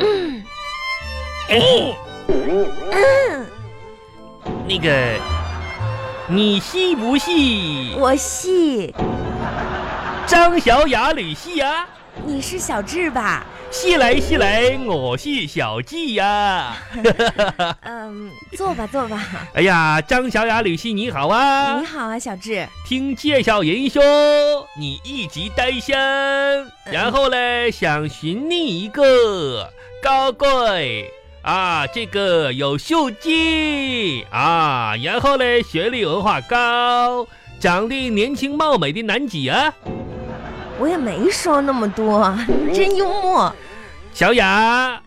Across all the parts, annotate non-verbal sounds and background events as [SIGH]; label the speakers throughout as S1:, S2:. S1: 嗯，
S2: 哎，
S1: 嗯，
S2: 那个，你系不系
S1: 我系，
S2: 张小雅吕系呀？
S1: 你是小智
S2: [LAUGHS]
S1: 吧？
S2: 系来系来，我是小季呀、
S1: 嗯，坐吧坐吧。
S2: 哎呀，张小雅吕系你好啊
S1: 你！好啊，小智。
S2: 听介绍人说你一直单身，然后嘞想寻觅一个高贵啊，这个有秀气啊，然后嘞学历文化高，长得年轻貌美的男子啊。
S1: 我也没说那么
S2: 哦
S1: 多，真幽默
S2: 小雅，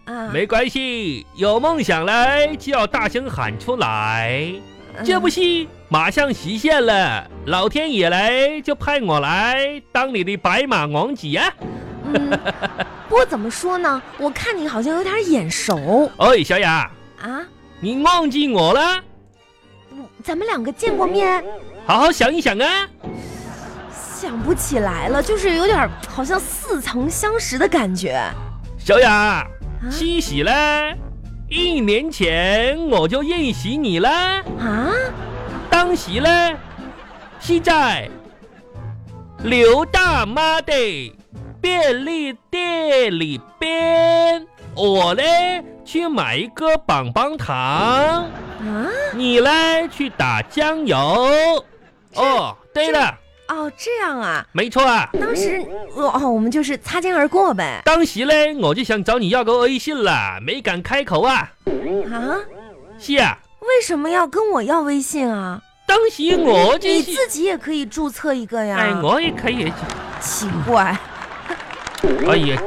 S1: 啊。
S2: 没关系，有梦想来就要大声喊出来。
S1: 嗯
S2: 这不是马上实现了，老天爷来就派我来当你的白马王子啊！
S1: 嗯，不过怎么说呢？我看你好像有点眼熟
S2: 哎，小雅，
S1: 啊。
S2: 你忘记我了？
S1: 咱们两个见过面，
S2: 好好想一想啊！
S1: 想不起来了，就是有点好像似曾相识的感觉啊。
S2: 小雅，七喜了，一年前我就认识你了，
S1: 啊，
S2: 当时呢是在刘大妈的便利店里边，我呢去买一个棒棒糖。
S1: 啊，
S2: 你来去打酱油。哦，对了，
S1: 哦，这样啊。
S2: 没错啊。
S1: 当时哦，我们就是擦肩而过呗。
S2: 当时嘞，我就想找你要个微信了，没敢开口啊。
S1: 啊，
S2: 是啊，
S1: 为什么要跟我要微信啊？
S2: 当时我就
S1: 你
S2: 是，
S1: 自己啊也可以注册一个呀。
S2: 哎，我也可以。
S1: 奇怪，
S2: 哎呀，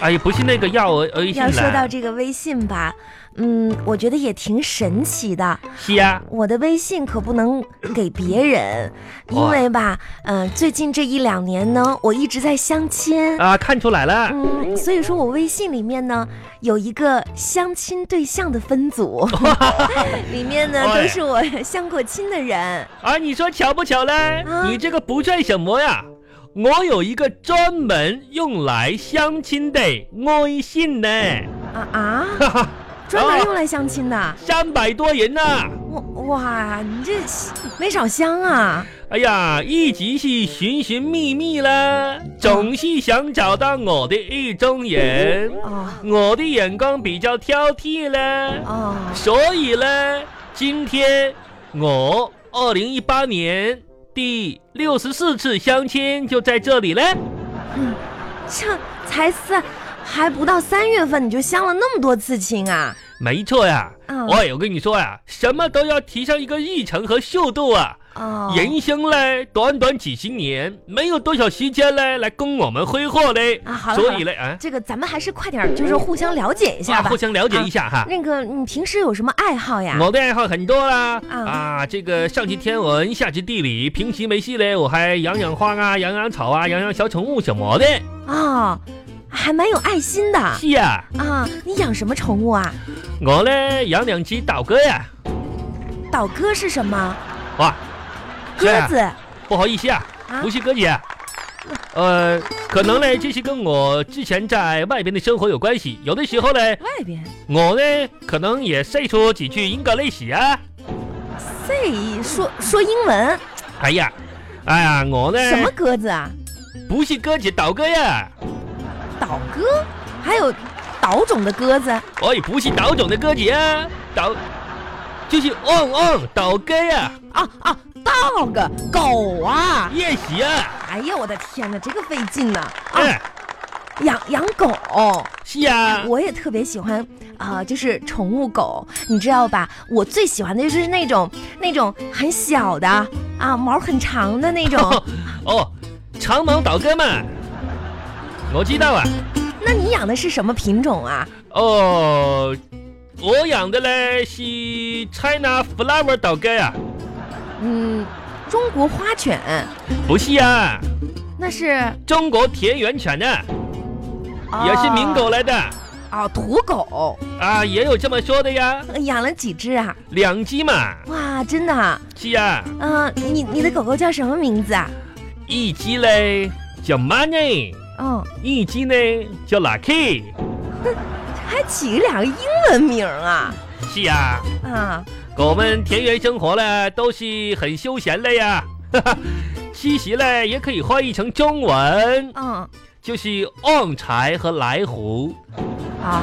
S2: 哎呀，不是那个要我微信
S1: 要说到
S2: 了。
S1: 这个微信吧，嗯，我觉得也挺神奇的。
S2: 是啊，
S1: 我的微信可不能给别人，因为吧，嗯、最近这一两年呢，我一直在相亲，
S2: 啊，看出来了。
S1: 嗯，所以说我微信里面呢有一个相亲对象的分组，
S2: [LAUGHS]
S1: 里面呢
S2: 哎
S1: 都是我相过亲的人。
S2: 啊，你说巧不巧嘞？
S1: 啊
S2: 你这个不算什么呀。我有一个专门用来相亲的微信呢，
S1: 啊啊！
S2: 哈哈，
S1: 专
S2: 啊
S1: 门用来相亲的，
S2: 三百多人呐、
S1: 哇哇，你这没少相啊！
S2: 哎呀，一直是寻寻觅觅啦，总是想找到我的意中人。
S1: 哦
S2: 我的眼光比较挑剔啦，
S1: 哦，
S2: 所以呢，今天我二零一八年第六十四次相亲就在这里嘞。
S1: 这才三，还不到三月份你就相了那么多次亲啊！
S2: 没错呀，
S1: 嗯
S2: 喂，我跟你说呀，什么都要提上一个议程和速度啊。
S1: 哦，
S2: 人生嘞，短短几十年，没有多少时间嘞来供我们挥霍嘞。
S1: 啊好了
S2: 所以嘞，啊。
S1: 这个咱们还是快点儿，就是互相了解一下
S2: 啊
S1: 吧
S2: 互。相了解一下哈。
S1: 那个，你平时有什么爱好呀？
S2: 我的爱好很多啦，
S1: 啊
S2: 啊，这个上知天文，下知地理，平时没事嘞，我还养养花啊，养养草啊，养养小宠物什么的。
S1: 哦，还蛮有爱心的
S2: 是啊，
S1: 啊！你养什么宠物啊？
S2: 我嘞养两只岛鸽呀，
S1: 岛鸽是什么？
S2: 哇，
S1: 鸽
S2: 对啊
S1: 子
S2: 不好意思啊，
S1: 啊
S2: 不是鸽姐，呃，可能嘞，这是跟我之前在外边的生活有关系，有的时候嘞，
S1: 外边
S2: 我嘞可能也晒出几句英格类史啊。
S1: ，say 说说英文，
S2: 哎呀，哎呀，我呢
S1: 什么鸽子啊？
S2: 不是鸽姐，岛鸽啊呀。
S1: 岛鸽，还有岛种的鸽子。
S2: 我也哎不是岛种的哥姐啊，岛就是哦嗡嗡岛哥呀、
S1: 啊啊，dog 狗啊！
S2: 夜袭啊，
S1: 哎呀，我的天哪，这个费劲呐！啊，
S2: 哎，
S1: 养养狗，
S2: 是啊，
S1: 我也特别喜欢啊、就是宠物狗，你知道吧？我最喜欢的就是那种那种很小的啊，毛很长的那
S2: [LAUGHS]
S1: 种。
S2: 哦哦，长毛岛哥嘛，我知道啊，
S1: 那你养的是什么品种啊？
S2: 哦，我养的嘞是 China Flower 岛哥呀、
S1: 嗯，中国花犬，
S2: 不是啊，
S1: 那是
S2: 中国田园犬呢、也是名狗来的
S1: 啊，哦土狗、
S2: 啊，也有这么说的呀，
S1: 呃养了几只啊？
S2: 两只嘛，
S1: 哇，真的啊！
S2: 是啊，
S1: 嗯、你你的狗狗叫什么名字啊？
S2: 一只嘞叫 Money，
S1: 嗯，
S2: 一只呢叫 Lucky。
S1: 还起两个英文名儿啊
S2: 是啊，
S1: 啊！
S2: 我们田园生活呢都是很休闲的呀。 [LAUGHS] 哈哈，其实呢也可以翻译成中文，
S1: 嗯啊
S2: 就是旺财和来福。，
S1: 啊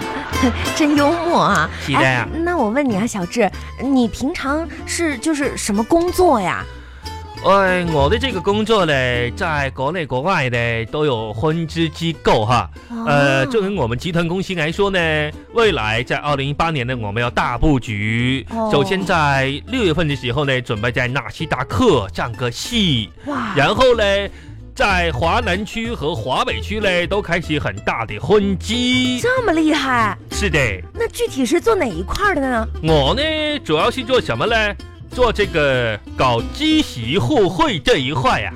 S1: [LAUGHS] 真幽默啊！
S2: 是的呀
S1: 那我问你啊，小智，你平常是就是什么工作呀？
S2: 哎，我的这个工作呢，在国内国外呢都有分支机构哈。呃，
S1: 哦
S2: 就跟我们集团公司来说呢，未来在二零一八年呢，我们要大布局。
S1: 哦
S2: 首先在六月份的时候呢，准备在纳斯达克上个戏，
S1: 哇，
S2: 然后呢，在华南区和华北区呢都开始很大的分支。
S1: 这么厉害，
S2: 是的，
S1: 那具体是做哪一块儿的呢？
S2: 我呢主要是做什么呢？做这个搞基席互惠这一块呀、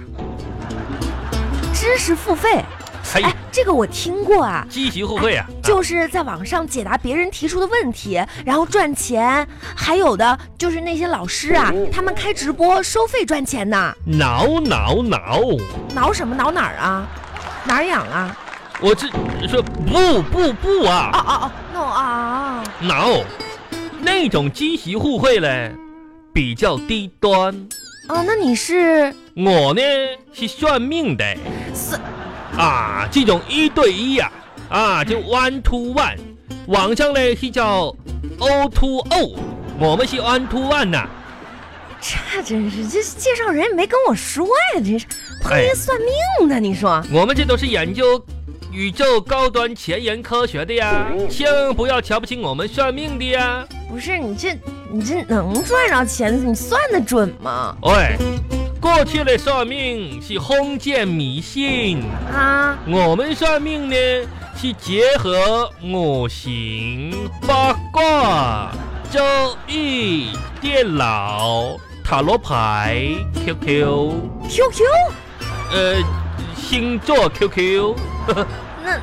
S1: 知识付费？
S2: 还有
S1: 哎，这个我听过啊，
S2: 基席互惠啊，
S1: 就是在网上解答别人提出的问题，然后赚钱。还有的就是那些老师啊，
S2: 哦
S1: 他们开直播收费赚钱呢，
S2: 挠挠挠！
S1: 挠什么挠哪儿啊？哪儿痒啊？
S2: 我这说不不不
S1: 哦
S2: 啊，
S1: 哦哦，no 啊！
S2: 挠！那种基席互惠嘞，比较低端。
S1: 哦，那你是
S2: 我呢是算命的
S1: 算
S2: 啊，这种一对一呀、啊，就 one to one，网上呢是叫 O to O，我们是 one to one 呐、
S1: 这真是这介绍人也没跟我说呀，这是碰
S2: 哎
S1: 见算命的，你说
S2: 我们这都是研究宇宙高端前沿科学的呀，千万不要瞧不起我们算命的呀！
S1: 不是你这你这能赚着钱，你算得准吗？
S2: 喂，过去的算命是封建迷信，
S1: 啊，
S2: 我们算命呢是结合五行、八卦、周易、电脑、塔罗牌、QQ，
S1: QQ，
S2: 呃，星座 QQ。
S1: 那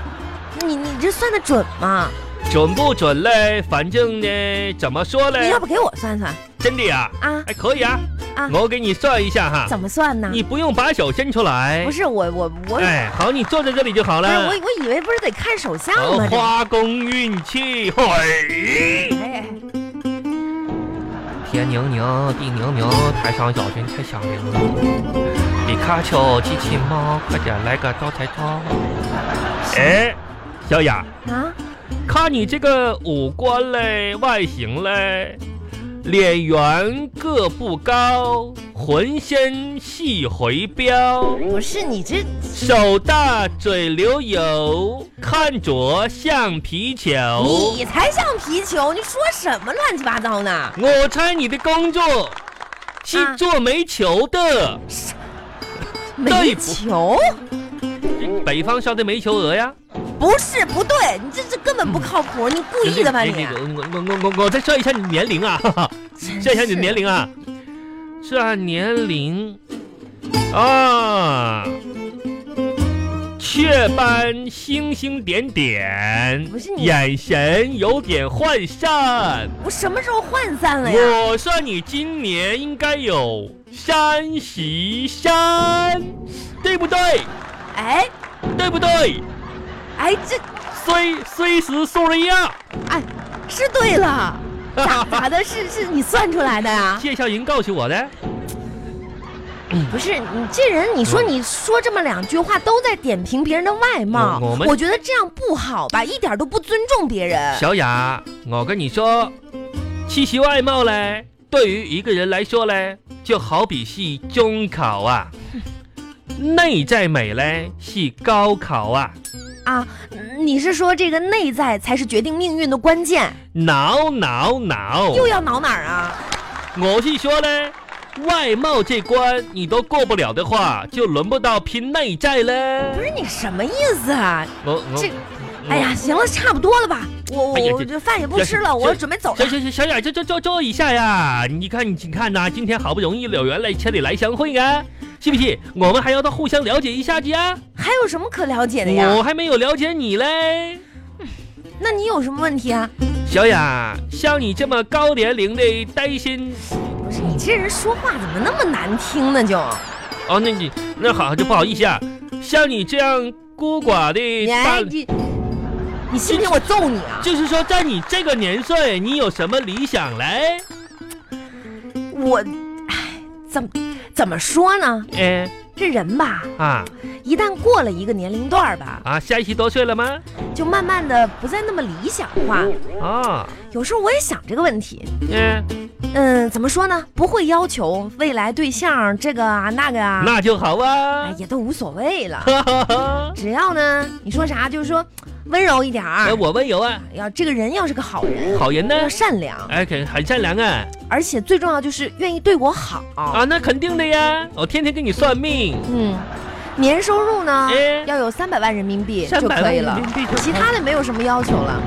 S1: 你你这算得准吗？
S2: 准不准嘞？反正呢，怎么说
S1: 你
S2: 嘞
S1: 要？不给我算算
S2: 真的呀、
S1: 啊？
S2: 啊哎，可以啊，
S1: 啊
S2: 我给你算一下哈，
S1: 怎么算呢？
S2: 你不用把手伸出来，
S1: 不，是我我我，
S2: 哎，好，你坐在这里就好
S1: 不是
S2: 了。
S1: 我我以为不是得看手相
S2: 好
S1: 吗？这
S2: 花宫运气，嘿，
S1: 哎，哎
S2: 天牛牛，地牛牛，台上有人太响铃了。皮卡丘，机器猫，快点来个招财猫。哎，小雅，
S1: 啊，
S2: 看你这个五官嘞，外形嘞，脸圆个不高，浑身细回标，
S1: 不是你这
S2: 手大嘴流油，看着像皮球。哦
S1: 你才像皮球，你说什么乱七八糟呢？
S2: 我猜你的工作是
S1: 啊
S2: 做煤球的，
S1: 煤球
S2: 北方烧的煤球鹅呀。
S1: 不是不对，你这这根本不靠谱，你故意的吧
S2: 哎
S1: 你？
S2: 我我我我我再算一下你年龄啊，哈哈算一下你年龄啊，算年龄啊，雀斑星星点点
S1: 不是，你
S2: 眼神有点涣散。
S1: 我什么时候涣散了呀？
S2: 我算你今年应该有三十三，对不对？
S1: 哎
S2: 对不对？
S1: 哎，这
S2: 虽虽时数一样，
S1: 哎是对了，咋咋的？是是你算出来的呀？
S2: 介绍人告诉我的。
S1: 不是你这人，你说你说这么两句话都在点评别人的外貌，
S2: 我我们
S1: 我觉得这样不好吧，一点都不尊重别人。
S2: 小雅，我跟你说，其实外貌嘞，对于一个人来说嘞，就好比是中考啊；内在美嘞是高考啊。
S1: 你是说这个内在才是决定命运的关键？
S2: 挠挠挠！
S1: 又要挠哪儿啊？
S2: 我是说嘞，外貌这关你都过不了的话，就轮不到拼内在
S1: 不
S2: 嘞。
S1: 是你什么意思啊？
S2: 我我
S1: 这，哎呀，，行了，差不多了吧？我
S2: 哎呀
S1: 我我
S2: 这
S1: 这饭也不
S2: 这
S1: 吃了，
S2: 这
S1: 我准备走
S2: 小
S1: 了。
S2: 小小小雅，这这这坐一下呀！你看你你看呐、今天好不容易有缘来千里来相会啊，是不是？我们还要到互相了解一下子啊。
S1: 还有什么可了解的呀？
S2: 我还没有了解你嘞，
S1: 那你有什么问题啊？
S2: 小雅，像你这么高年龄的单身，
S1: 不是你这人说话怎么那么难听呢？就
S2: 哦，那你那好就不好意思啊，像你这样孤寡的
S1: 你
S2: 大
S1: 哎，，你你信不信我揍你啊？
S2: 就是说，在你这个年岁，你有什么理想嘞？
S1: 我，哎，怎么怎么说呢？
S2: 哎
S1: 这人吧，
S2: 啊
S1: 一旦过了一个年龄段儿吧，
S2: 啊，下一期多岁了吗？
S1: 就慢慢的不再那么理想化。
S2: 啊，
S1: 有时候我也想这个问题，
S2: 嗯，
S1: 嗯，怎么说呢？不会要求未来对象这个啊那个啊，
S2: 那就好
S1: 哎
S2: 啊。
S1: 也都无所谓了。
S2: 哈哈哈，
S1: 只要呢，你说啥就是说温柔一点
S2: 哎
S1: 儿。
S2: 我温柔啊，
S1: 要这个人要是个好人，
S2: 好人呢
S1: 要，善良，
S2: 哎，肯很善良啊。
S1: 而且最重要就是愿意对我好。
S2: 啊，那肯定的呀，我天天给你算命。
S1: 嗯，年收入呢
S2: 哎
S1: 要有三百万人民币
S2: 三
S1: 就
S2: 百
S1: 可
S2: 万
S1: 以
S2: 人
S1: 了
S2: 民，币就
S1: 其他的没有什么要求了。